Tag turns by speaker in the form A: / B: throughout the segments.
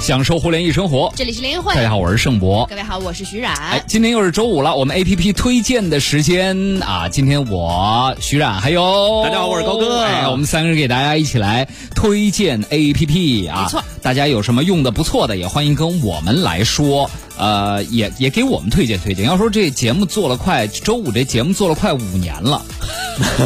A: 享受互联易生活。
B: 这里是联谊会
A: 大，家好，我是盛博。
B: 各位好，我是徐
A: 哎
B: 冉，。
A: 今天又是周五了，我们 A P P 推荐的时间啊！今天我徐冉还有
C: 大家好我是高哥
A: 哎，我们三个人给大家一起来推荐 A P P 啊！
B: 没错，
A: 大家有什么用的不错的，也欢迎跟我们来说。呃，也也给我们推荐推荐。要说这节目做了快，周五这节目做了快五年了，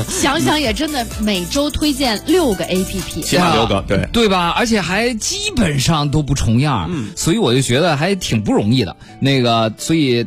B: 想想也真的，每周推荐六个 APP，
C: 起码六个，对。
A: 对吧？而且还基本上都不重样，嗯，所以我就觉得还挺不容易的。那个，所以。嘖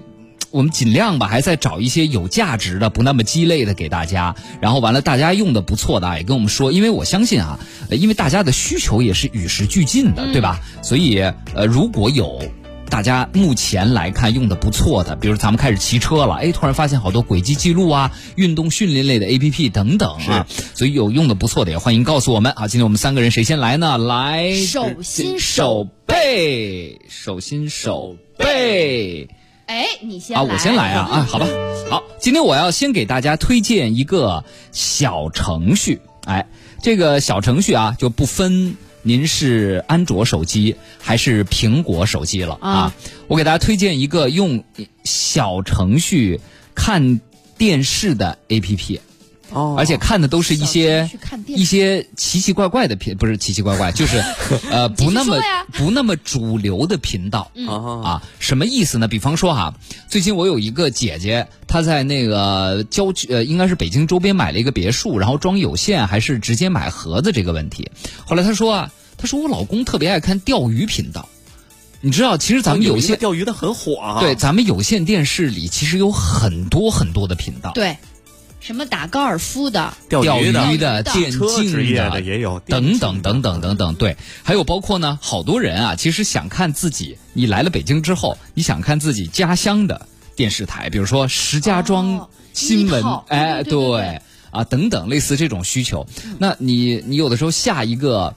A: 我们尽量吧，还再找一些有价值的、不那么鸡肋的给大家。然后完了，大家用的不错的啊也跟我们说，因为我相信啊，呃因为大家的需求也是与时俱进
C: 嗯
A: 的，对吧？所以呃，如果有大家目前来看用的不错的，比如咱们开始骑车了，哎，突然发现好多轨迹记录啊、运动训练类的 APP 等等啊，所以有用的不错的也欢迎告诉我们啊。今天我们三个人谁先来呢？来，
B: 手心
A: 手背，手心手背
B: 哎，你先
A: 啊，我先来啊啊，好吧，好，今天我要先给大家推荐一个小程序，哎，这个小程序啊就不分。您是安卓手机还是苹果手机了啊
B: 啊？
A: 我给大家推荐一个用小程序看电视的 APP，
C: 哦
A: 而且看的都是一些
B: 去看电
A: 一
B: 视，
A: 些奇奇怪怪的频，不是奇奇怪怪，就是呃
B: 继续
A: 不那么
B: 说呀
A: 不那么主流的频道。
C: 啊，
A: 啊，什么意思呢？比方说哈，最近我有一个姐姐，她在那个郊区，呃，应该是北京周边买了一个别墅，然后装有线还是直接买盒子这个问题。后来她说啊，她说我老公特别爱看钓鱼频道，你知道，其实咱们有
C: 一个
A: 线
C: 钓鱼的很火啊，
A: 对，咱们有线电视里其实有很多很多的频道，
B: 对，什么打高尔夫的，
C: 钓
A: 鱼
C: 的、
A: 的、
B: 钓
A: 电
C: 车职
A: 竞
C: 业的也有，
A: 等等等等等等，对，还有包括呢，好多人啊，其实想看自己，你来了北京之后，你想看自己家乡的电视台，比如说石家庄
B: 哦
A: 新闻，
B: 一套
A: 哎，
B: 对对对对
A: 啊，等等，类似这种需求，那你你有的时候下一个。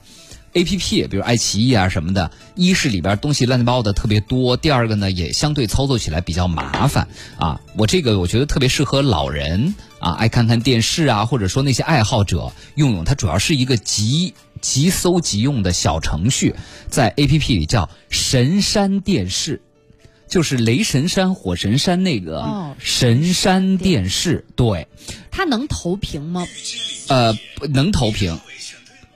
A: A P P，比如爱奇艺啊什么的，一是里边东西乱七八糟的特别多，第二个呢也相对操作起来比较麻烦啊。我这个我觉得特别适合老人啊，爱看看电视啊，或者说那些爱好者用用。它主要是一个急急搜急用的小程序，在 A P P 里叫神山电视。就是雷神山、火神山那个
B: 哦
A: 神山电视，对，
B: 它能投屏吗？
A: 呃，不能投屏，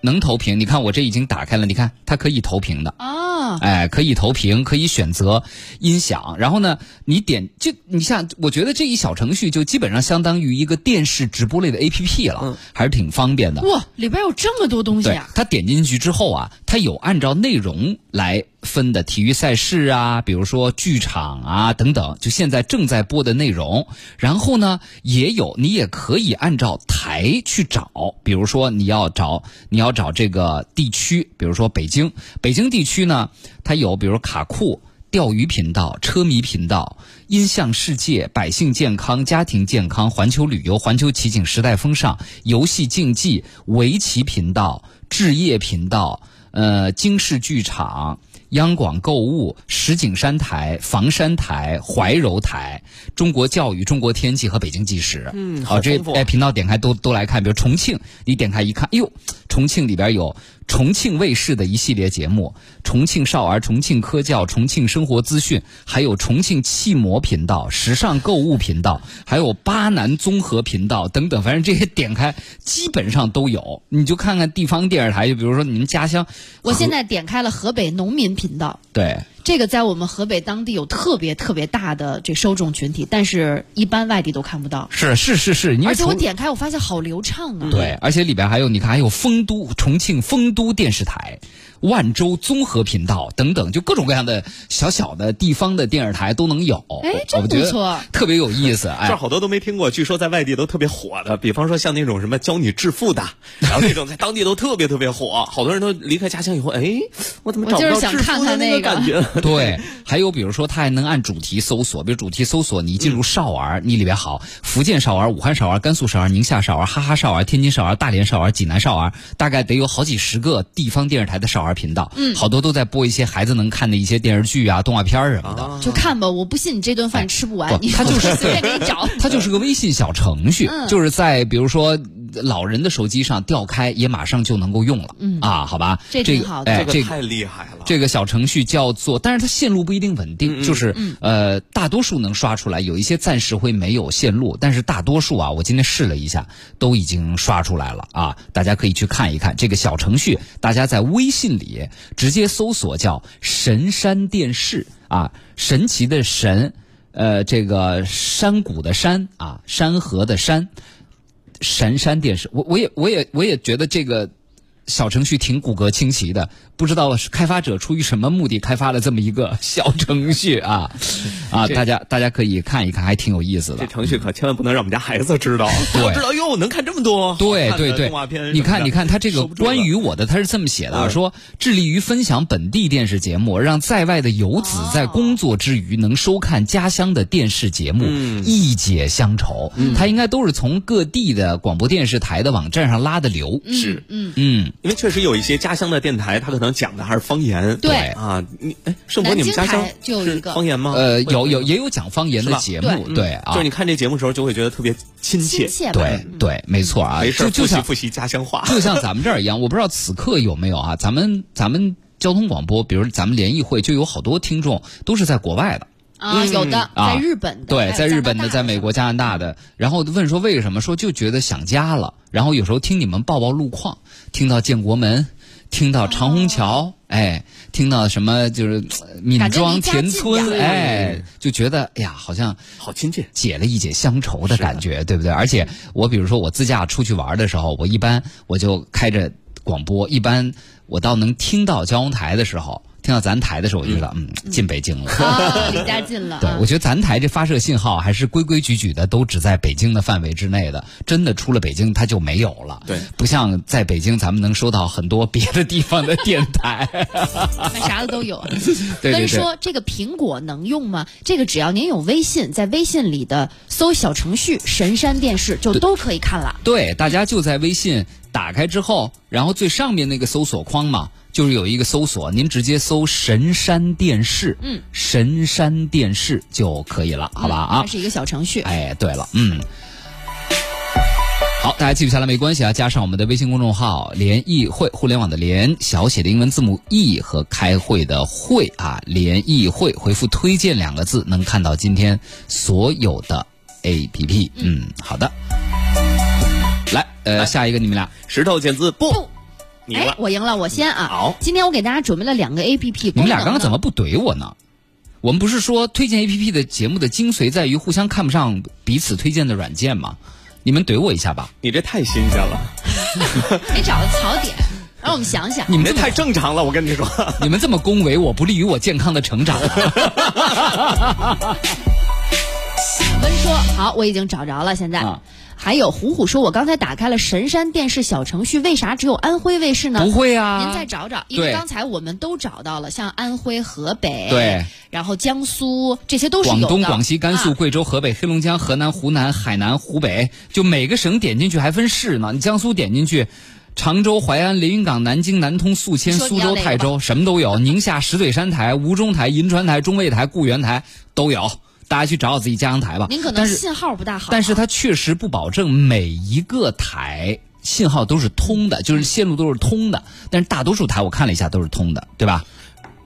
A: 能投屏。你看我这已经打开了，你看它可以投屏的，
B: 啊，
A: 哎，可以投屏，可以选择音响。然后呢，你点这，你像我觉得这一小程序就基本上相当于一个电视直播类的 APP 了，还是挺方便的。
B: 哇，里边有这么多东西
A: 对
B: 啊，！
A: 它点进去之后啊，它有按照内容来分的，体育赛事啊，比如说剧场啊等等，就现在正在播的内容。然后呢，也有你也可以按照台去找，比如说你要找你要找这个地区，比如说北京，北京地区呢，它有比如卡酷。钓鱼频道、车迷频道、音像世界、百姓健康、家庭健康、环球旅游、环球奇景、时代风尚、游戏竞技、围棋频道、置业频道、呃京市剧场、央广购物、石景山台、房山台、怀柔台、中国教育、中国天气和北京纪实。嗯，好、
C: 好
A: 这
C: 丰富
A: 哎频道点开都都来看，比如重庆，你点开一看，哎呦，重庆里边有重庆卫视的一系列节目，重庆少儿、重庆科教、重庆生活资讯，还有重庆汽摩频道、时尚购物频道，还有巴南综合频道等等，反正这些点开基本上都有。你就看看地方电视台，就比如说你们家乡，
B: 我现在点开了河北农民频道。
A: 对。
B: 这个在我们河北当地有特别特别大的这受众群体，但是一般外地都看不到。
A: 是是是是，因为
B: 而且我
A: 重
B: 点开，我发现好流畅啊！
A: 对，而且里边还有你看，还有丰都、重庆丰都电视台、万州综合频道等等，就各种各样的小小的地方的电视台都能有。
B: 哎真
A: 我觉
B: 不
A: 得
B: 错
A: 特别有意思。
C: 这
A: 哎
C: 儿，好多都没听过，据说在外地都特别火的，比方说像那种什么教你致富的，然后那种在当地都特别特别火，好多人都离开家乡以后，哎，我怎么
B: 我
C: 找不
B: 就是
C: 到
B: 想
C: 致富
B: 看
C: 的
B: 看
C: 那
B: 那个
C: 感 觉？
A: 对，还有比如说，它还能按主题搜索，比如主题搜索，你进入少儿，你里边好，福建少儿、武汉少儿、甘肃少儿、宁夏少儿、哈哈少儿、天津少儿、大连少儿、济南少儿，大概得有好几十个地方电视台的少儿频道，嗯，好多都在播一些孩子能看的一些电视剧啊、动画片儿什么的。
B: 就看吧，我不信你这顿饭吃不完，
A: 哎不
B: 你
A: 他就是
B: 随便给你找。
A: 它就是个微信小程序，
B: 嗯
A: 就是在比如说老人的手机上调开，也马上就能够用了。嗯啊，好吧，
B: 这挺好的
A: 哎
C: 这
A: 这
C: 个
A: 个
C: 太厉害了。
A: 这个小程序叫做，但是它线路不一定稳定，就是呃，大多数能刷出来，有一些暂时会没有线路，但是大多数啊，我今天试了一下，都已经刷出来了啊，大家可以去看一看这个小程序，大家在微信里直接搜索叫“神山电视”啊，神奇的神，呃，这个山谷的山啊，山河的山，神山电视，我我也我也我也觉得这个小程序挺骨骼清奇的，不知道是开发者出于什么目的开发了这么一个小程序啊啊！
C: 这
A: 大家大家可以看一看，还挺有意思
C: 这
A: 的。
C: 程序可千万不能让我们家孩子知道，
A: 对
C: 我知道哟，能看这么多，
A: 对
C: 好看的
A: 对对
C: 动画片，
A: 你看，你看，它这个
C: 收不住了
A: 关于我的，它是这么写的啊，
C: 嗯
A: 说致力于分享本地电视节目，让在外的游子
C: 啊
A: 在工作之余能收看家乡的电视节目，
C: 嗯
A: 一解乡愁。它应该都是从各地的广播电视台的网站上拉的流。
C: 是
B: 嗯，
A: 嗯，
C: 因为确实有一些家乡的电台，他可能讲的还是方言。
B: 对
C: 啊，你哎，盛博，你们家乡
B: 南京台就有一个
C: 是方言吗？
A: 呃，
C: 会
A: 有有
C: 吗
A: 也有讲方言的
C: 是吧
A: 节
B: 对嗯
A: 目，对
C: 就
A: 啊
C: 是，你看这节目的时候，就会觉得特别亲
B: 亲。
C: 切
B: 切吧
A: 对
B: 嗯
A: 对，没错啊，
C: 没事
A: 就就
C: 儿，复习
A: 像
C: 复习家乡话。
A: 就像咱们这儿一样，我不知道此刻有没有啊，咱们咱们交通广播，比如咱们联谊会，就有好多听众都是在国外的。
B: 啊，有的
A: 啊
B: 在日本的，
A: 对，
B: 还有
A: 在日本的，在
B: 加拿大
A: 美国、加拿大的，然后问说为什么，说就觉得想家了，然后有时候听你们报报路况，听到建国门，听到长虹桥，哎，听到什么就是呃闵
B: 哦感觉
A: 庄
B: 离家
A: 田
B: 近
A: 村，
B: 点儿嗯
A: 哎，就觉得哎呀，好像
C: 好亲切，
A: 解了一解乡愁的感觉，对不对？而且我比如说我自驾出去玩的时候，我一般我就开着广播，一般我到能听到交通台的时候，听到咱台的时候，我就觉得嗯进北京了。
B: 啊，离家近了，
A: 对
B: 啊，
A: 我觉得咱台这发射信号还是规规矩矩的，都只在北京的范围之内的。真的出了北京，它就没有了。
C: 对，
A: 不像在北京，咱们能收到很多别的地方的电台。
B: 卖啊啥的都有。
A: 对
B: 但
A: 对
B: 是
A: 对，
B: 说这个苹果能用吗？这个只要您有微信，在微信里的搜小程序“神山电视”就都可以看了。
A: 对，大家就在微信打开之后，然后最上面那个搜索框嘛，就是有一个搜索，您直接搜“神山电视”，
B: 嗯，
A: 神山电视就可以了，好吧？啊
B: 它，是一个小程序。
A: 哎，对了，嗯。好，大家记不下来没关系啊，加上我们的微信公众号“联谊会”，互联网的联，小写的英文字母 e 和开会的会啊，联谊会回复“推荐”两个字，能看到今天所有的 APP。嗯，好的。来，呃，下一个你们俩，
C: 石头剪子布
B: 不，
C: 你
B: 哎
C: 了，。
B: 我赢了，我先啊。
C: 好
B: 今天我给大家准备了两个 A P P。
A: 你们俩刚刚怎么不怼我呢？我们不是说推荐 APP 的节目的精髓在于互相看不上彼此推荐的软件吗？你们怼我一下吧。
C: 你这太新鲜了，
B: 没哎找到槽点？让我们想想。
A: 你
C: 你
A: 们
C: 这
A: 这么
C: 太正常了。我跟你说，
A: 你们这么恭维我，不利于我健康的成 长。
B: 温说好，我已经找着了，现在。
A: 啊
B: 还有虎虎说，我刚才打开了神山电视小程序，为啥只有安徽卫视呢？
A: 不会啊，
B: 您再找找，因为
A: 对
B: 刚才我们都找到了，像安徽、河北，
A: 对，
B: 然后江苏这些都是有
A: 广
B: 的。
A: 东、广西、甘肃、
B: 啊
A: 贵州、河北、黑龙江、河南、湖南、海南、湖北，就每个省点进去还分市呢。你江苏点进去，常州、淮安、连云港、南京、南通、宿迁、
B: 你说你
A: 苏
B: 要
A: 州、
B: 哪个
A: 泰州，什么都有。宁夏石嘴山台、吴中台、银川台、中卫台、固原台都有，大家去找找自己家乡台吧。
B: 您可能
A: 但是
B: 信号不大好啊，
A: 但是它确实不保证每一个台信号都是通的，就是线路都是通的。但是大多数台我看了一下都是通的，对吧？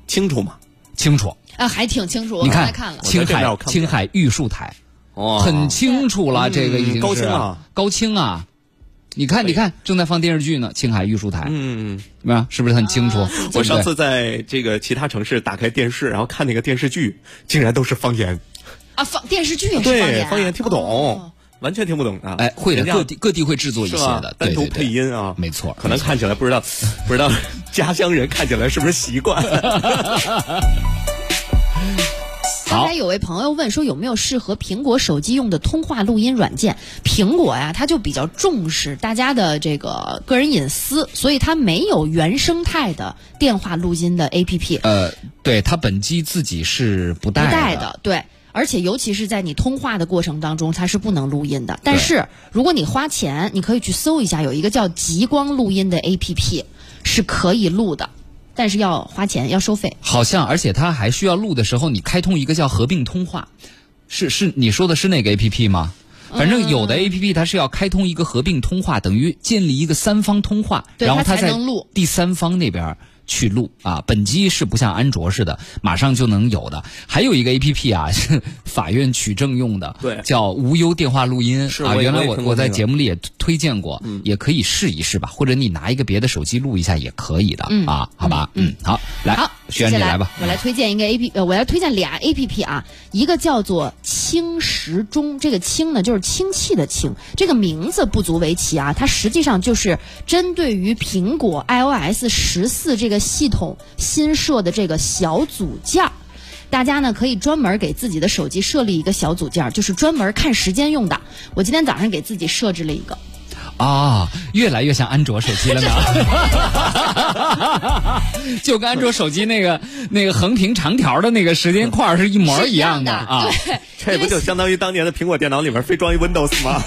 C: 清楚吗？
A: 清楚，
B: 啊还挺清楚，我
A: 你
B: 刚才
A: 看
B: 看了，
A: 青
C: 我在这边
A: 海
C: 我看不见
A: 青海玉树台
C: 哦
A: 很清楚了，
C: 嗯
A: 这个已经是
C: 高清了，
A: 高清啊。你看，你看，正在放电视剧呢，《青海玉树台》，
C: 嗯，
A: 嗯，是不是很清楚
B: 啊？
A: 对
C: 我
A: 不对
C: 上次在这个其他城市打开电视，然后看那个电视剧，竟然都是方言，
B: 啊放电视剧也是方
C: 对
B: 言，，
C: 方言听不懂
B: 哦，
C: 完全听不懂啊。
A: 哎，会的，
C: 人家
A: 各地各地会制作一
C: 是
A: 些
C: 吧
A: 的，？
C: 单
A: 对
C: 独
A: 对
C: 配
A: 对，
C: 音啊，
A: 没错，
C: 可能看起来不知道， 不知道家乡人看起来是不是习惯？
B: 刚才有位朋友问说有没有适合苹果手机用的通话录音软件？苹果呀，它就比较重视大家的这个个人隐私，所以它没有原生态的电话录音的 APP，
A: 呃，对它本机自己是不
B: 不
A: 带
B: 带的，对。而且，尤其是在你通话的过程当中，它是不能录音的。但是，如果你花钱，你可以去搜一下，有一个叫极光录音的 APP，是可以录的，但是要花钱，要收费。
A: 好像，而且它还需要录的时候，你开通一个叫合并通话，是是，你说的是那个 A P P 吗？反正有
B: 嗯
A: 的 A P P 它是要开通一个合并通话，等于建立一个三方通话，
B: 对
A: 然后
B: 它才
A: 在
B: 能录
A: 第三方那边。去录啊，本机是不像安卓似的，马上就能有的。还有一个 A P P 啊，是法院取证用的，
C: 对
A: 叫无忧电话录音
C: 是
A: 啊。
C: 我也
A: 原来
C: 我也
A: 我
C: 听过
A: 我在
C: 那个
A: 节目里也推荐过，
B: 嗯
A: 也可以试一试吧，或者你拿一个别的手机录一下也可以的、
B: 嗯
A: 啊，好吧？嗯，好，来，
B: 好，
A: 徐安
B: 接
A: 你
B: 下
A: 来
B: 来
A: 吧，
B: 我来推荐一个 A P，呃，我来推荐俩 A P P 啊，一个叫做清时钟，这个清呢就是氢气的氢，这个名字不足为奇啊，它实际上就是针对于苹果 iOS 十四这个系统新设的这个小组件儿。大家呢可以专门给自己的手机设立一个小组件儿，就是专门看时间用的。我今天早上给自己设置了一个，
A: 啊，越来越像安卓手机 了呢， 就跟安卓手机那个那个横屏长条的那个时间块儿是一模一样的
B: 是一样的
A: 啊。
C: 这不就相当于当年的苹果电脑里面非装一 Windows 吗？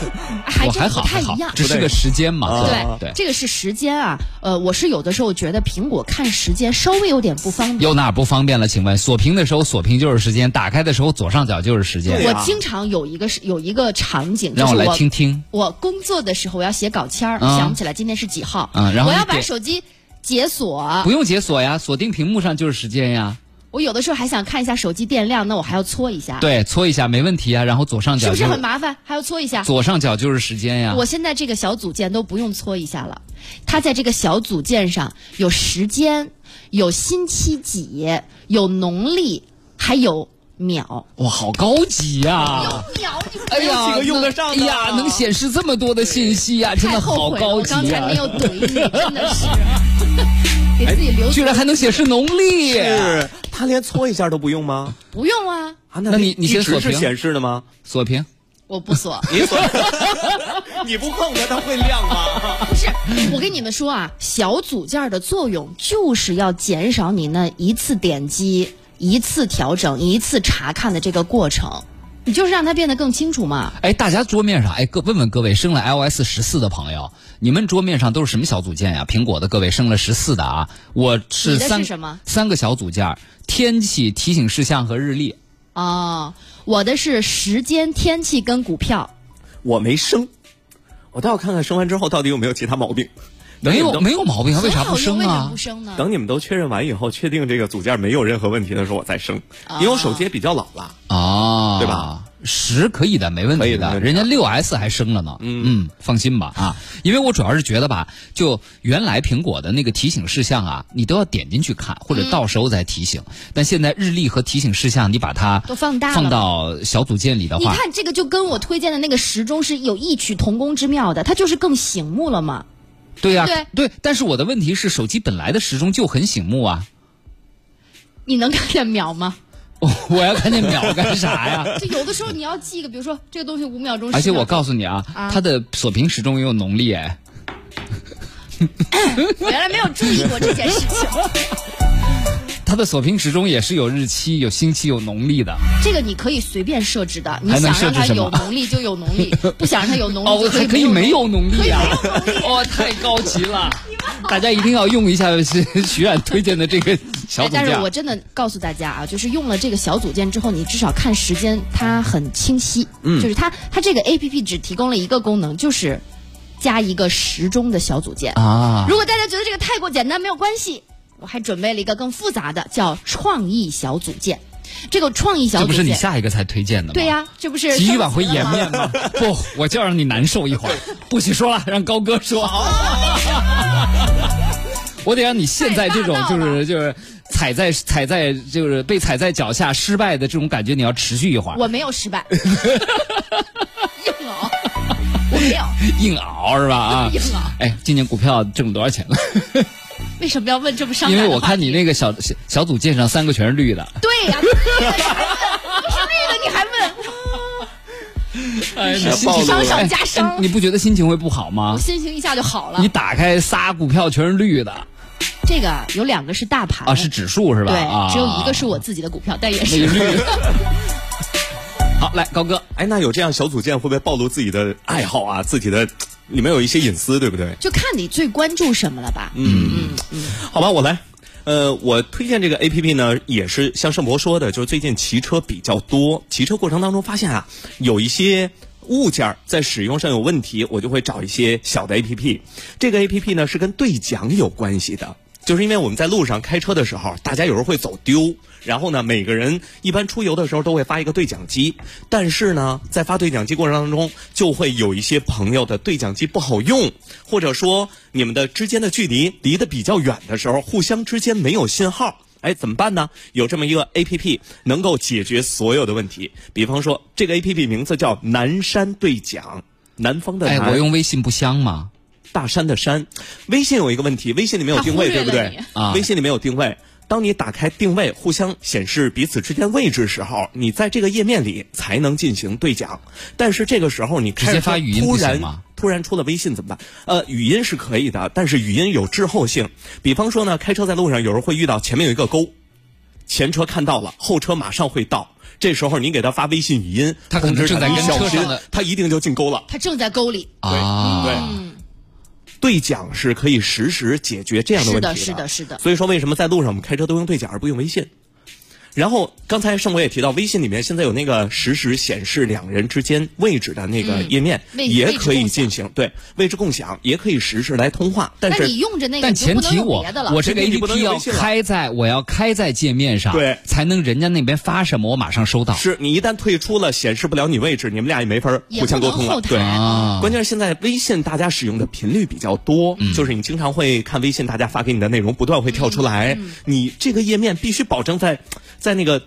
B: 还
A: 我
B: 真
A: 还
B: 不
A: 好
B: 太
A: 还
B: 一
A: 好
B: 样，。
A: 只是个时间嘛。
C: 对
A: 啊对
B: 对，这个是时间啊。呃，我是有的时候觉得苹果看时间稍微有点不方便。
A: 又哪儿不方便了？请问锁屏的时候锁屏就是时间，打开的时候左上角就是时间。
C: 对
B: 我
C: 啊
B: 经常有一个是有一个场景，就
A: 让
B: 是
A: 我来
B: 我
A: 听听。
B: 我工作的时候我要写稿签儿，
A: 嗯
B: 想不起来今天是几号，
A: 嗯然后
B: 我要
A: 你
B: 把
A: 点
B: 手机解锁
A: 不。用解锁呀，锁定屏幕上就是时间呀。
B: 我有的时候还想看一下手机电量，那我还要搓一下，
A: 对，搓一下没问题啊呀。然后左上
B: 是
A: 角
B: 不是
A: 就
B: 很麻烦？还要搓一下。
A: 左上角就是时间呀。
B: 我现在这个小组件都不用搓一下了，它在这个小组件上有时间，有星期几，有农历，还有秒。
A: 哇，好高级 呀！
B: 秒，你
A: 哎呀，
C: 有几个用得上的
A: 能哎呀，能显示这么多的信息呀，真
B: 太
A: 的
B: 后
A: 好
B: 悔了，我
A: 高级
B: 刚才
A: 呀
B: 没！有怼你，真的是给自己 留
A: 居然还能显示农历。
C: 是，它连搓一下都不用吗？
B: 不用啊，
C: 啊，
A: 那你你
C: 一
A: 先
C: 直
A: 锁
C: 是
A: 屏
C: 显示的吗？
A: 锁屏，
B: 我不锁。
C: 你锁， 你不碰它，它会亮吗？
B: 不是，我跟你们说啊，小组件的作用就是要减少你那一次点击、一次调整、一次查看的这个过程，你就是让它变得更清楚嘛。
A: 哎，大家桌面上，哎，各问问各位升了 iOS 十四的朋友，你们桌面上都是什么小组件呀、苹果的各位升了十四的啊，我是
B: 你的是
A: 三
B: 什么
A: 三个小组件儿：天气、提醒事项和日历。
B: 哦，我的是时间、天气跟股票。
C: 我没生，我倒要看看生完之后到底有没有其他毛病。等
A: 没
C: 你们
A: 有
C: 都
A: 没有毛病，它为啥
B: 很好
A: 不
B: 用
A: 升
B: 为什么
A: 啊
B: 不？升呢？
C: 等你们都确认完以后，确定这个组件没有任何问题的时候，我再生。因为我手机也比较老了，
A: 啊，
C: 对吧？
A: 十可以的，没问
C: 可以
A: 题
C: 的
A: 的，
C: 没问题
A: 人家六 S 还升了呢。嗯放心吧啊，因为我主要是觉得吧，就原来苹果的那个提醒事项啊，你都要点进去看，或者到时候再提
C: 嗯
A: 醒。但现在日历和提醒事项，你把它
B: 都放大了
A: 放到小组件里的
B: 你
A: 话，
B: 看这个就跟我推荐的那个时钟是有异曲同工之妙的，它就是更醒目了嘛。
A: 对呀、
B: 对
A: 对。但是我的问题是，手机本来的时钟就很醒目啊，
B: 你能看见秒吗？
A: 我我要看见秒干啥呀？
B: 就有的时候你要记一个，比如说这个东西五秒钟，
A: 而且
B: 10秒
A: 我
B: 钟
A: 告诉你啊，
B: 啊
A: 它的锁屏时钟也有农历哎。
B: 原来没有注意过这件 事情，
A: 它的锁屏时钟也是有日期、有星期、有农历的。
B: 这个你可以随便设置的，你
A: 还能
B: 想
A: 设
B: 让
A: 置
B: 它
A: 什么
B: 有农历就有农 历，不想让它有农历
A: 哦，
B: 就
A: 还可
B: 可以
A: 以没
B: 有农
A: 有农历啊！ 哦，太高级了！大家一定要用一下是 徐冉推荐的这个小
B: 哎
A: 组
B: 但是
A: 件
B: 我。真的告诉大家啊，就是用了这个小组件之后，你至少看时间它很清晰，嗯，就是它它这个 A P P 只提供了一个功能，就是加一个时钟的小组件。
A: 啊，
B: 如果大家觉得这个太过简单，没有关系，我还准备了一个更复杂的，叫创意小组件。这个创意小
A: 这
B: 组
A: 不是
B: 件，
A: 你下一个才推荐的吗？
B: 对、呀、这不是
A: 急于
B: 升
A: 挽回
B: 级了
A: 颜
B: 吗
A: 面 吗？不，我就要让你难受一会儿。不许说了，让高哥说。 我得让你现在这种
B: 太霸
A: 就
B: 道了
A: 是就是踩在踩在就是被踩在脚下失败的这种感觉，你要持续一会儿，
B: 我没 有失败，硬熬，我没有。
A: 硬熬是吧？啊，
B: 硬熬
A: 哎，今年股票挣了多少钱了？
B: 为什么要问这么伤
A: 因
B: 感
A: 为
B: 的话？
A: 我看你那个小小小组件上三个全是绿的，
B: 对呀、对呀你还问不是那个你还问，
A: 哎，你
C: 是
A: 心情
C: 伤
B: 上啊加伤
A: 哎你不觉得心情会不好吗
B: 我？心情一下就好了
A: 你。打开仨股票全是绿的
B: 这个有两个是大盘
A: 啊，是指数是吧？
B: 对、
A: 啊，
B: 只有一个是我自己的股票，但也
A: 那个
B: 是
A: 绿的。 好，来高哥，
C: 哎，那有这样小组件会不会暴露自己的爱好啊？自己的里面有一些隐私，对不对？
B: 就看你最关注什么了吧。
A: 嗯
C: 好吧，我来。呃，我推荐这个 A P P 呢，也是像盛博说的，就是最近骑车比较多，骑车过程当中发现啊，有一些物件儿在使用上有问题，我就会找一些小的 APP。这个 APP 呢是跟兑奖有关系的。就是因为我们在路上开车的时候，大家有时候会走丢，然后呢，每个人一般出游的时候都会发一个对讲机，但是呢，在发对讲机过程当中，就会有一些朋友的对讲机不好用，或者说你们的之间的距离离得比较远的时候，互相之间没有信号。哎，怎么办呢？有这么一个 A P P 能够解决所有的问题，比方说这个 A P P 名字叫南山对讲，南方的
A: 哎，
C: 南，
A: 我用微信不香吗？
C: 大山的山。微信有一个问题，微信里面有定位，
B: 它忽略了
C: 对不对
B: 你？
A: 啊
C: 微信里面有定位。当你打开定位，互相显示彼此之间位置时候，你在这个页面里才能进行对讲。但是这个时候你开
A: 直接
C: 始
A: 发语音
C: 突
A: 不行
C: 然
A: 吗
C: 突然出了微信怎么办？呃，语音是可以的，但是语音有滞后性。比方说呢，开车在路上，有人会遇到前面有一个沟，前车看到了，后车马上会到。这时候你给他发微信语音，
A: 他可能
C: 通知
A: 正在
C: 你
A: 跟
C: 小
A: 车上
C: 心
A: 的，
C: 他一定就进沟了。
B: 他正在沟里。
A: 啊，
C: 对对讲是可以实时解决这样的问题
B: 是的是的是的
C: 所以说，为什么在路上我们开车都用对讲而不用微信？然后刚才盛博也提到，微信里面现在有那个实时显示两人之间位置的那个页面，
B: 嗯位
C: 也
B: 位置
C: 可以
B: 共享
C: 进行对位置共享，也可以实时来通话。但
B: 那你
C: 是
B: 用着那个，
A: 但
B: 你就
A: 前
B: 不能
A: 提
B: 用
A: 我
B: 别的了。
A: 我这个
C: 前提你不能
A: APP
C: 用
A: 要
C: 微信了
A: 开在我要开在界面上，
C: 对
A: 才能人家那边发什么我马上收到。
C: 是你一旦退出了，显示不了你位置，你们俩也没法
B: 也
C: 互相沟通
B: 不能
C: 了。
B: 后
C: 对，
B: 台
A: 啊，嗯
C: 关键是现在微信大家使用的频率比较多，就是你经常会看微信大家发给你的内容不断会跳出来，
A: 嗯
C: 你这个页面必须保证在在那个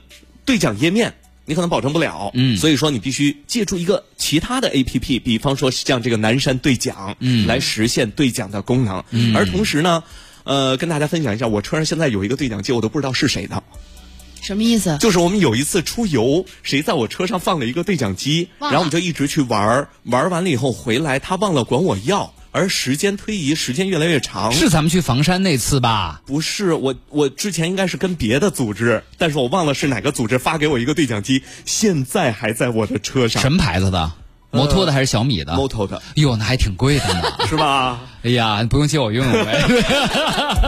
C: 对讲页面。你可能保证不了，
A: 嗯
C: 所以说你必须借助一个其他的 A P P，比方说像这个南山对讲，
A: 嗯
C: 来实现对讲的功能。而同时呢，呃，跟大家分享一下，我车上现在有一个对讲机，我都不知道是谁的。
B: 什么意思？
C: 就是我们有一次出游，谁在我车上放了一个对讲机，
B: 哇
C: 然后我们就一直去玩儿，玩儿完了以后回来，他忘了管我要，而时间推移，时间越来越长。
A: 是咱们去房山那次吧？
C: 不是我，我之前应该是跟别的组织，但是我忘了是哪个组织发给我一个对讲机，现在还在我的车
A: 什
C: 上。
A: 么牌子
C: 呃
A: 的？摩托的还是小米的？
C: Moto 的
A: 哟，那还挺贵的呢。
C: 是吧？
A: 哎呀，不用借我用用呗。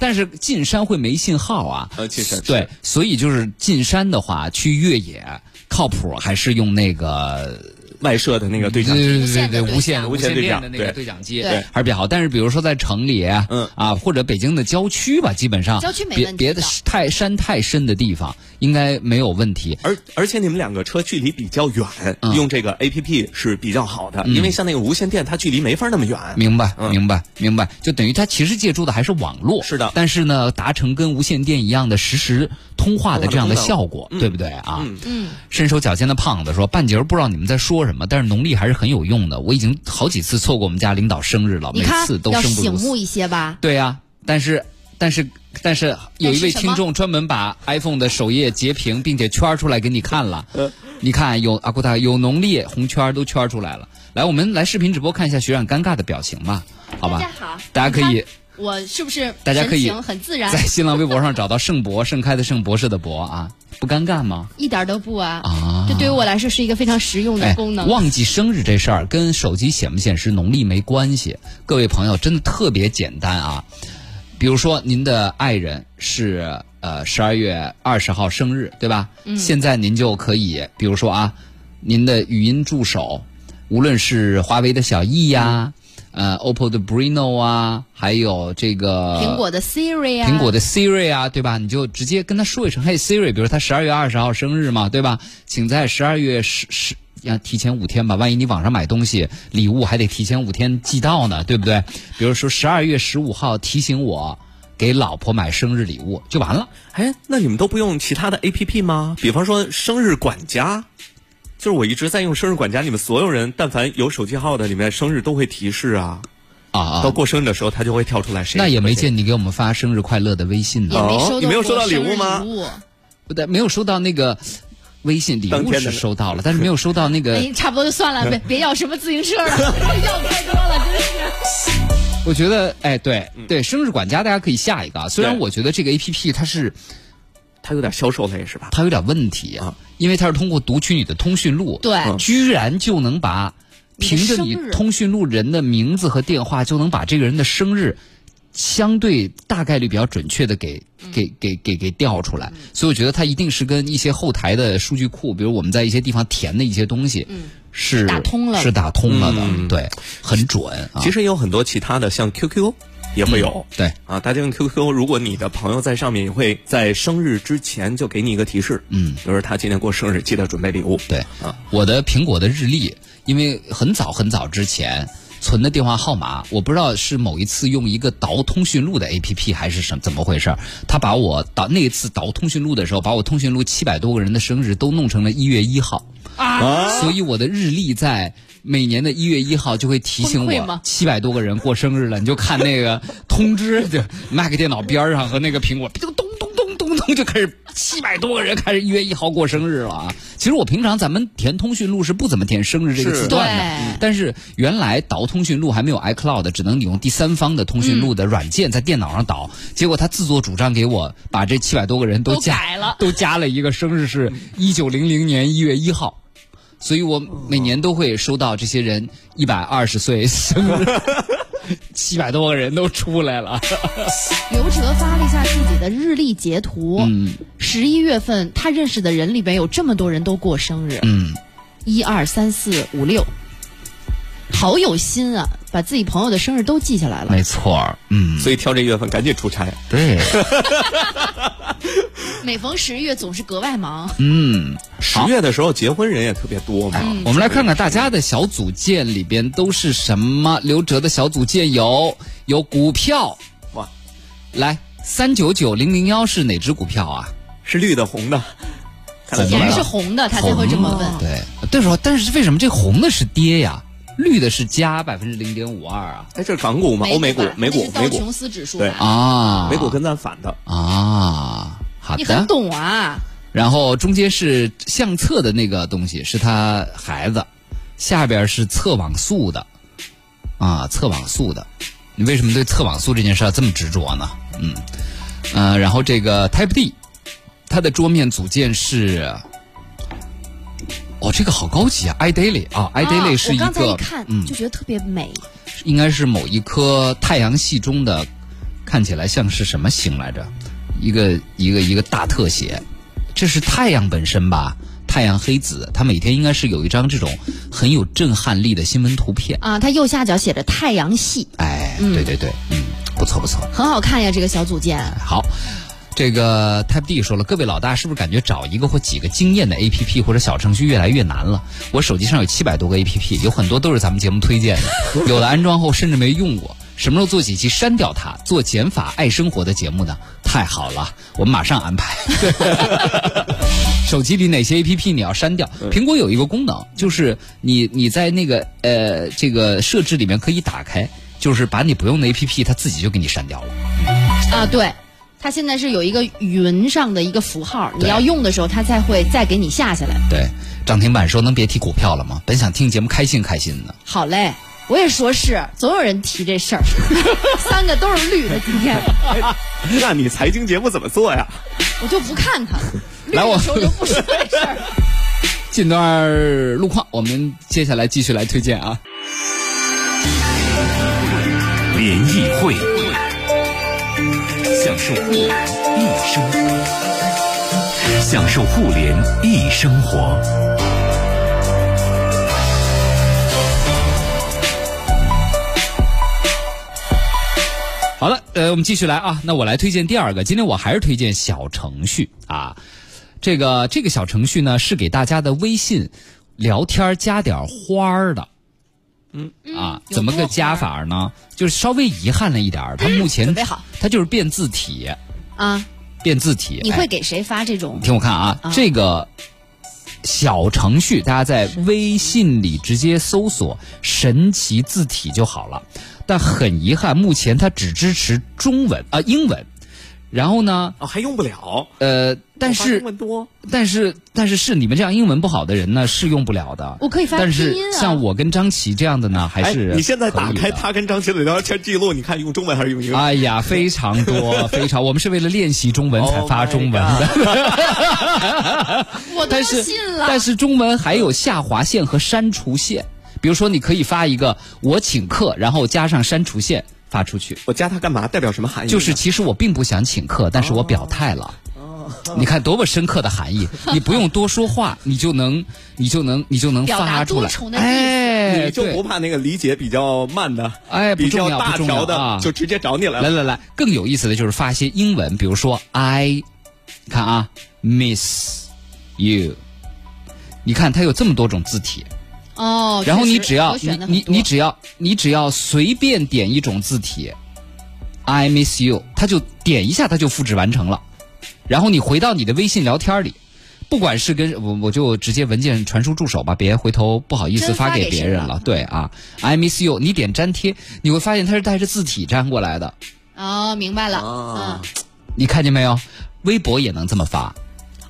A: 但是进山会没信号啊，
C: 呃进山是
A: 对，所以就是进山的话，去越野靠谱还是用那个
C: 外设的那个对讲机，
A: 对对
B: 线
A: 对
B: 的
A: 对，
B: 对
A: 无线
C: 讲
A: 无线
C: 对
A: 电
C: 讲
A: 的那个
C: 对
A: 对讲机
B: 对
A: 还是比较好。但是比如说在城里，
C: 嗯
A: 啊，或者北京的郊区吧，基本上
B: 郊区没
A: 别
B: 问题
A: 别的
B: 的
A: 太山太深的地方应该没有问题。
C: 而而且你们两个车距离比较远，
A: 嗯
C: 用这个 A P P 是比较好的，因为像那个无线电，它距离没法那么远。
A: 明白，
C: 嗯
A: 明白，明白，就等于它其实借助的还是网络，
C: 是的
A: 但是呢，达成跟无线电一样的实时通话的这样的效果，对不对啊？
C: 嗯
B: 嗯，
A: 身手矫健的胖子说：“半截儿不知道你们在说什么，但是农历还是很有用的。我已经好几次错过我们家领导生日了，
B: 你
A: 每
B: 看
A: 次都
B: 要
A: 生不
B: 醒
A: 如死。
B: 目一些吧。
A: 对呀、啊但是但是但是有一位
B: 但是什么
A: 听众专门把 iPhone 的首页截屏，并且圈儿出来给你看了。你看有阿古塔有农历红圈儿都圈儿出来了。来，我们来视频直播看一下学长尴尬的表情吧，好吧？
B: 好
A: 大家可以
B: 我是不是
A: 大家可以
B: 神情很自然
A: 在，新浪微博上找到盛博，盛开的盛博士的博啊，不尴尬吗？
B: 一点都不啊？
A: 啊
B: 这对于我来说是一个非常实用的
A: 哎
B: 功能。，
A: 忘记生日这事儿跟手机显不显示农历没关系，各位朋友真的特别简单啊。比如说您的爱人是呃十二月二十号生日，对吧？嗯。现在您就可以，比如说啊，您的语音助手，无论是华为的小艺呀、呃 OPPO 的 Breno 啊，还有这个
B: 苹果的 Siri 啊，
A: 苹果的 Siri 啊，对吧？你就直接跟他说一声，嘿 Siri，比如他十二月二十号生日嘛，对吧？请在十二月十十要提前五天吧，万一你网上买东西，礼物还得提前五天寄到呢，对不对？比如说十二月十五号提醒我给老婆买生日礼物就完了。
C: 哎，那你们都不用其他的 A P P 吗？比方说生日管家，就是我一直在用生日管家，你们所有人但凡有手机号的，里面生日都会提示啊，
A: 啊啊
C: 到，过生日的时候它就会跳出来谁。
A: 那也没。见你给我们发生日快乐的微信
B: 也
A: 呢，
B: 没
C: 哦
B: 收到、
C: 你没有收到礼物吗
B: 礼物，
A: 不对，没有收到那个微信礼
C: 当
A: 物
C: 天
A: 是
C: 的
A: 收到了，但是没有收到那 个。
B: 哎，差不多就算了，别别要什么自行车 了，要太多了，真是。
A: 我觉得，哎，对对，生日管家大家可以下一个啊。虽然
C: 嗯对
A: 我觉得这个 A P P 它是。
C: 它有点销售类是吧？
A: 它有点问题啊
C: 啊，
A: 因为它是通过读取你的通讯录，
B: 对嗯
A: 居然就能把凭着
B: 你
A: 你
B: 的生日
A: 通讯录人的名字和电话，就能把这个人的生日相对大概率比较准确的给
B: 嗯
A: 给给给给调出来。所以我觉得它一定是跟一些后台的数据库，比如我们在一些地方填的一些东西，是
B: 嗯打通了
A: 是打通了的，
C: 嗯
A: 对，很准啊。嗯
C: 其实也有很多其他的，像 QQ 也会有。
A: 对，
C: 啊，大家用 QQ，如果你的朋友在上面，也会在生日之前就给你一个提示，
A: 嗯，
C: 就是他今天过生日，记得准备礼物。
A: 对
C: 啊，
A: 我的苹果的日历，因为很早很早之前存的电话号码，我不知道是某一次用一个倒通讯录的 APP 还是什么怎么回事儿，他把我倒那一次倒通讯录的时候，把我通讯录七百多个人的生日都弄成了一月一号，
C: 啊，
A: 所以我的日历在。每年的一月一号就会提醒
B: 崩溃
A: 我，
B: 吗
A: 七百多个人过生日了，你就看那个通知，就 Mac 电脑边儿上和那个苹果，就咚咚咚咚咚就开始七百多个人开始一月一号过生日了啊！其实我平常咱们填通讯录是不怎么填生日这个
C: 是
A: 字段的，
B: 对，
A: 但是原来导通讯录还没有 iCloud，只能你用第三方的通讯录的软件在电脑上导。结果他自作主张给我把这七百多个人都
B: 都
A: 加
B: 改了
A: 都加了一个生日是一九零零年一月一号。所以我每年都会收到这些人一百二十岁生日， 七百多个人都出来了。
B: 刘哲发了一下自己的日历截图，
A: 嗯
B: 十一、月份他认识的人里边有这么多人都过生日，
A: 嗯，
B: 一二三四五六，好有心啊，把自己朋友的生日都记下来了。
A: 没错儿，嗯，
C: 所以挑这月份赶紧出差。
A: 对，
B: 每逢十月总是格外忙，
A: 嗯，
C: 十
A: 好哎
C: 月的时候结婚人也特别多嘛。
A: 我们来看看大家的小组件里边都是什么。刘哲的小组件有有股票，
C: 哇，
A: 来三九九零零幺是哪只股票啊？
C: 是绿的红的，看得
A: 嗯
C: 出
B: 显
C: 来
B: 然是
C: 了。
B: 红的，他才会这么问。
A: 对，对说，但是为什么这红的是跌呀，绿的是加百分之零点五二啊？
C: 哎，这是港股吗？欧美股
B: 吧、
C: 美
B: 那
C: 股
B: 是、
C: 美
B: 道
C: 股
B: 琼、斯指数
C: 对
B: 吧？
A: 啊，
C: 美股跟咱反的。
A: 啊，好
B: 你很
A: 的。
B: 懂啊，
A: 然后中间是相册的那个东西，是他孩子，下边是测网速的，啊，测网速的，你为什么对测网速这件事儿这么执着呢？嗯，呃，然后这个 Type D，它的桌面组件是，哦，这个好高级啊，iDaily 啊，iDaily
B: 啊
A: 是一
B: 我刚才
A: 个，
B: 一看、
A: 嗯，
B: 就觉得特别美，
A: 应该是某一颗太阳系中的，看起来像是什么星来着？一个一个一个大特写，这是太阳本身吧？太阳黑子，它每天应该是有一张这种很有震撼力的新闻图片。
B: 啊，它右下角写着太阳系，
A: 哎，对对对，嗯，不错不错。
B: 很好看呀，这个小组件。
A: 好，这个 Type D 说了，各位老大是不是感觉找一个或几个惊艳的 APP 或者小程序越来越难了？我手机上有七百多个 APP，有很多都是咱们节目推荐的，有的安装后甚至没用过。什么时候做几期删掉它，做减法爱生活的节目呢？太好了，我们马上安排。手机里哪些 A P P 你要删掉？苹果有一个功能，就是你你在那个呃这个设置里面可以打开，就是把你不用的 A P P 它自己就给你删掉了。
B: 啊，对，它现在是有一个云上的一个符号，你
A: 对
B: 要用的时候，它才会再给你下下来。
A: 对，涨停板说能别提股票了吗？本想听节目开心开心的。
B: 好嘞，我也说是，总有人提这事儿， 三个都是绿的，今天
C: 那你财经节目怎么做呀？
B: 我就不看它， 绿
A: 来我
B: 的时候就不说这 事儿了。
A: 近段路况，我们接下来继续来推荐啊。
D: 联谊会，享受互联易生活，享受互联易生活。
A: 好了，呃，我们继续来啊。那我来推荐第二个，今天我还是推荐小程序啊。这个这个小程序呢，是给大家的微信聊天儿加点儿花儿的。嗯啊，
B: 有
A: 怎么
B: 多
A: 个
B: 花
A: 加
B: 儿
A: 法呢？就是稍微遗憾了一点儿，它目前
B: 准备好
A: 它就是变字体，
B: 啊，
A: 变字体。
B: 你
A: 哎
B: 会给谁发这种
A: 你？听我看啊，
B: 啊
A: 这个小程序大家在微信里直接搜索“神奇字体”就好了。但很遗憾，目前它只支持中文啊、英文。然后呢，
C: 哦，还用不了。
A: 呃，但
C: 我发
A: 是
C: 中文多，
A: 但是但是是你们这样英文不好的人呢是用不了的。
B: 我可以发
A: 但
B: 拼
A: 是
B: 音啊
A: 像我跟张琪这样的呢，还是、
C: 哎你现在打开。他跟张杰的聊天记录，你看用中文还是用英
D: 啊
C: 文？
A: 哎呀，非常 多，非常。我们是为了练习中文才
C: Oh
A: 发
C: my
A: 中文的。
B: 我都
A: 但
B: 要
A: 是
B: 信了。
A: 但是中文还有下划线和删除线，比如说你可以发一个“我请客”，然后加上删除线发出去，
C: 哎我加他干嘛？代表什么含义呢？
A: 就是其实我并不想请客，但是我表态了。
C: 哦
A: 你看多么深刻的含义，你不用多说话，你就能，你就能，你就能
B: 表达
A: 发出
B: 多
A: 来。
B: 重的意思
A: 哎，
C: 你就
A: 对
C: 不怕那个理解比较慢的，
A: 哎不
C: 比较
A: 重要
C: 大
A: 不重要
C: 条的，
A: 啊
C: 就直接找你来
A: 来
C: 了。
A: 来来，更有意思的就是发一些英文，比如说 I，看啊，miss you，你看它有这么多种字体，
B: 哦，
A: 然后
B: 确
A: 你
B: 实
A: 只要
B: 我
A: 你
B: 选的很
A: 你
B: 多
A: 你只要你只要随便点一种字体，I miss you，它就点一下，它就复制完成了。然后你回到你的微信聊天里，不管是跟我我就直接文件传输助手吧，别回头不好意思
B: 真发
A: 发给
B: 给
A: 别
B: 谁
A: 人
B: 了
A: 了。对啊，I miss you，你点粘贴，你会发现它是带着字体粘过来的。
B: 哦，明白了，
C: 啊
B: 嗯，
A: 你看见没有？微博也能这么发，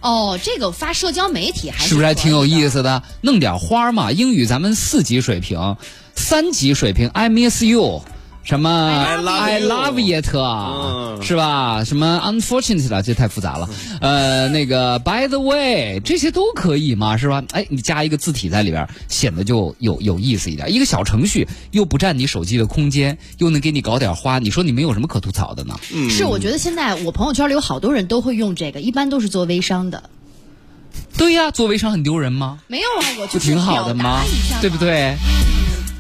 B: 哦，这个发社交媒体还
A: 是不是还挺有意
B: 思？
A: 思的？弄点花儿嘛，英语咱们四级水平，三级水平，I miss you，什么
B: I
C: love
A: I
C: you
A: love it，、啊
C: 嗯
A: 是吧？什么 unfortunately 了，这太复杂了。呃，那个 by the way，这些都可以嘛，是吧？哎，你加一个字体在里边儿，显得就有有意思一点。一个小程序又不占你手机的空间，又能给你搞点花，你说你们有什么可吐槽的呢？
B: 是，我觉得现在我朋友圈里有好多人都会用这个，一般都是做微商的。
A: 对呀、做微商很丢人吗？
B: 没有啊，我
A: 不
B: 就
A: 挺好的吗？对不？对？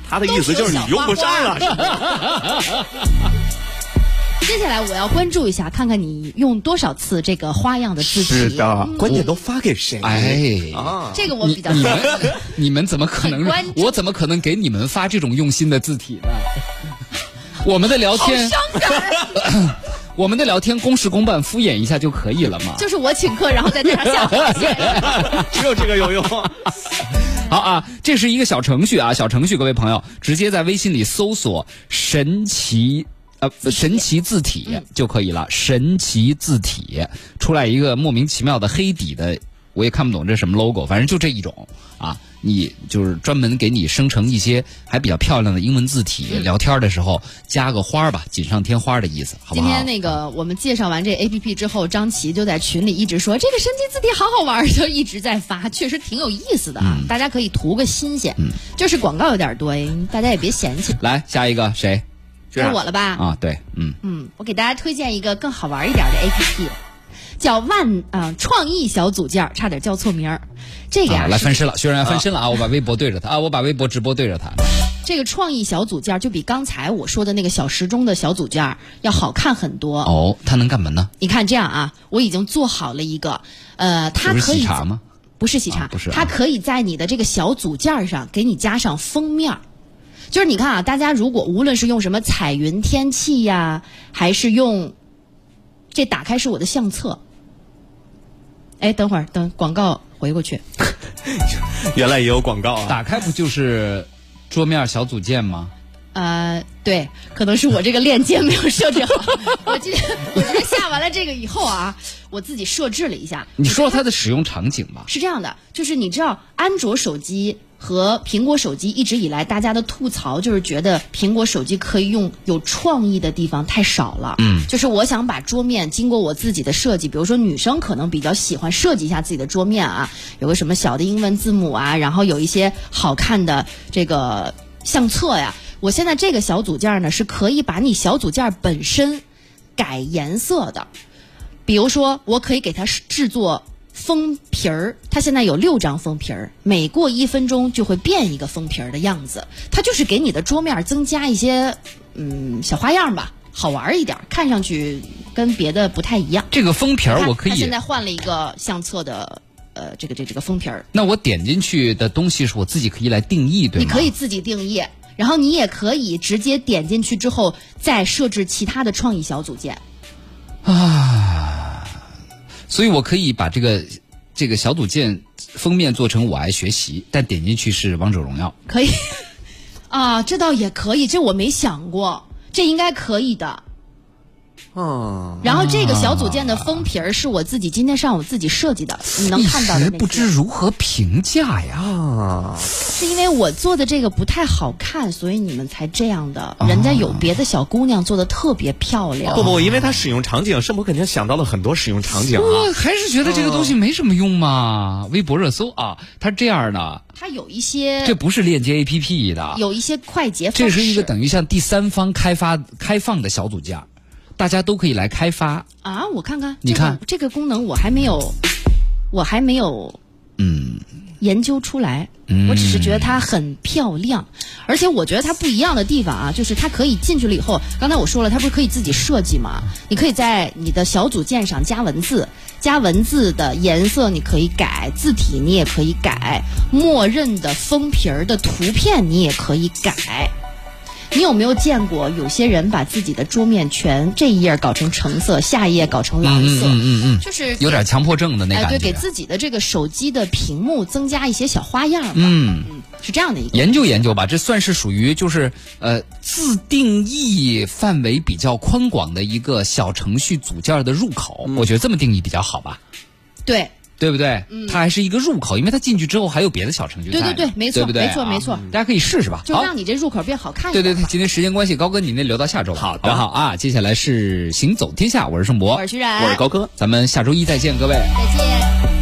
C: 他的意思就是你用不上啊了，是吧
B: 接下来我要关注一下，看看你用多少次这个花样的字体。
C: 是的，关键都发给谁？
A: 哎
C: 啊，
B: 这个我比
A: 你
B: 较
A: 你们你们怎么可能
B: 很关？注
A: 我怎么可能给你们发这种用心的字体呢？我们的聊天， 我们的聊天公事公办，敷衍一下就可以了嘛。
B: 就是我请客，然后再加上下划线。
C: 只有这个 有用。
A: 好啊，这是一个小程序啊，小程序，各位朋友，直接在微信里搜索“神奇”。呃，神奇字
B: 嗯
A: 体就可以了。神奇字体出来一个莫名其妙的黑底的，我也看不懂这什么 logo，反正就这一种啊。你就是专门给你生成一些还比较漂亮的英文字体，
B: 嗯
A: 聊天的时候加个花儿吧，锦上添花的意思，好不
B: 今
A: 好？
B: 天那个我们介绍完这 A P P 之后，张琪就在群里一直说这个神奇字体好好玩儿，就一直在发，确实挺有意思的啊，
A: 嗯
B: 大家可以图个新鲜。就是广告有点多，哎大家也别嫌弃。
A: 来下一个谁
C: 这
B: 该
C: 样
B: 我了吧？
A: 啊？对，嗯，
B: 嗯，我给大家推荐一个更好玩一点的 A P P，叫万啊、创意小组件儿，差点叫错名儿。这个呀、
A: 啊，来
B: 是
A: 分身了，薛然分身了啊！我把微博对着他啊，我把微博直播对着他。
B: 这个创意小组件儿就比刚才我说的那个小时钟的小组件儿要好看很多。
A: 哦，他能干嘛呢？
B: 你看这样啊，我已经做好了一个，呃，它
A: 不是
B: 可以
A: 喜茶吗？
B: 不是喜茶，
A: 啊不是啊
B: 它可以在你的这个小组件儿上给你加上封面儿。就是你看啊，大家如果无论是用什么彩云天气呀，还是用这打开是我的相册，哎，等会儿等广告回过去，
C: 原来也有广告啊，
A: 打开不就是桌面小组件吗？
B: 呃，对，可能是我这个链接没有设 置好，我今天我今天下完了这个以后啊，我自己设置了一下，
A: 你说说它的使用场景吧。
B: 是这样的，就是你知道，安卓手机和苹果手机一直以来大家的吐槽就是觉得苹果手机可以用有创意的地方太少了。嗯，就是我想把桌面经过我自己的设计，比如说女生可能比较喜欢设计一下自己的桌面啊，有个什么小的英文字母啊，然后有一些好看的这个相册呀。我现在这个小组件呢，是可以把你小组件本身改颜色的。比如说，我可以给它制作封皮儿，它现在有六张封皮儿，每过一分钟就会变一个封皮儿的样子。它就是给你的桌面增加一些嗯小花样吧，好玩儿一点儿，看上去跟别的不太一样。
A: 这个封皮
B: 它
A: 儿我可
B: 它现
A: 以
B: 在，换了一个相册的呃这个这这个封皮儿，
A: 那我点进去的东西是我自己可以来定义，对
B: 你
A: 吗？
B: 可以自己定义，然后你也可以直接点进去之后再设置其他的创意小组件。
A: 所以我可以把这个这个小组件封面做成我爱学习，但点进去是王者荣耀。
B: 可以 啊，这倒也可以，这我没想过，这应该可以的。
A: 哦
C: 嗯，
B: 然后这个小组件的封皮儿是我自己今天上午自己设计的，你能看到
A: 一
B: 的
A: 时
B: 那
A: 不知
B: 些。
A: 如何评价呀。
B: 是因为我做的这个不太好看，所以你们才这样的。人家
A: 哦
B: 有别的小姑娘做的特别漂亮。
C: 不不，因为它使用场景，盛博肯定想到了很多使用场景啊。
A: 我还是觉得这个东西没什么用嘛。微博热搜啊，它这样的，
B: 它有一些
A: 这不是链接 APP 的，
B: 有一些快捷方式。
A: 这是一个等于像第三方开发开放的小组件儿，大家都可以来开发。
B: 啊，我看看，
A: 你看
B: 这个、这个功能我还没有，我还没有，嗯，研究出来。
A: 嗯
B: 我只是觉得它很漂亮，而且我觉得它不一样的地方啊，就是它可以进去了以后，刚才我说了，它不是可以自己设计吗？你可以在你的小组件上加文字，加文字的颜色你可以改，字体你也可以改，默认的封皮儿的图片你也可以改。你有没有见过有些人把自己的桌面全这一页搞成橙色，下一页搞成蓝色？
A: 嗯嗯，
B: 就是给
A: 有点强迫症的那
B: 哎，
A: 感
B: 对，
A: 觉。
B: 给自己的这个手机的屏幕增加一些小花样嘛。
A: 嗯，
B: 是这样的一个。
A: 研究研究吧，这算是属于就是呃自定义范围比较宽广的一个小程序组件的入口，
B: 嗯
A: 我觉得这么定义比较好吧，
B: 对，
A: 对不对？它还是一个入口，因为它进去之后还有别的小程序在
B: 对
A: 呢。
B: 嗯对对没错
A: 对不对
B: 没错
A: 啊
B: 没错
A: 大家可以试试吧。
B: 就
A: 好，
B: 让你这入口变好看一
A: 对
B: 点。
A: 对对，，今天时间关系，高哥你那留到下周吧，
C: 好
A: 好
C: 的
A: 不好啊？接下来是行走天下，我是盛博
C: 啊
B: 我，是徐冉，
C: 我是高科。
A: 咱们下周一再见，各位。
B: 再见。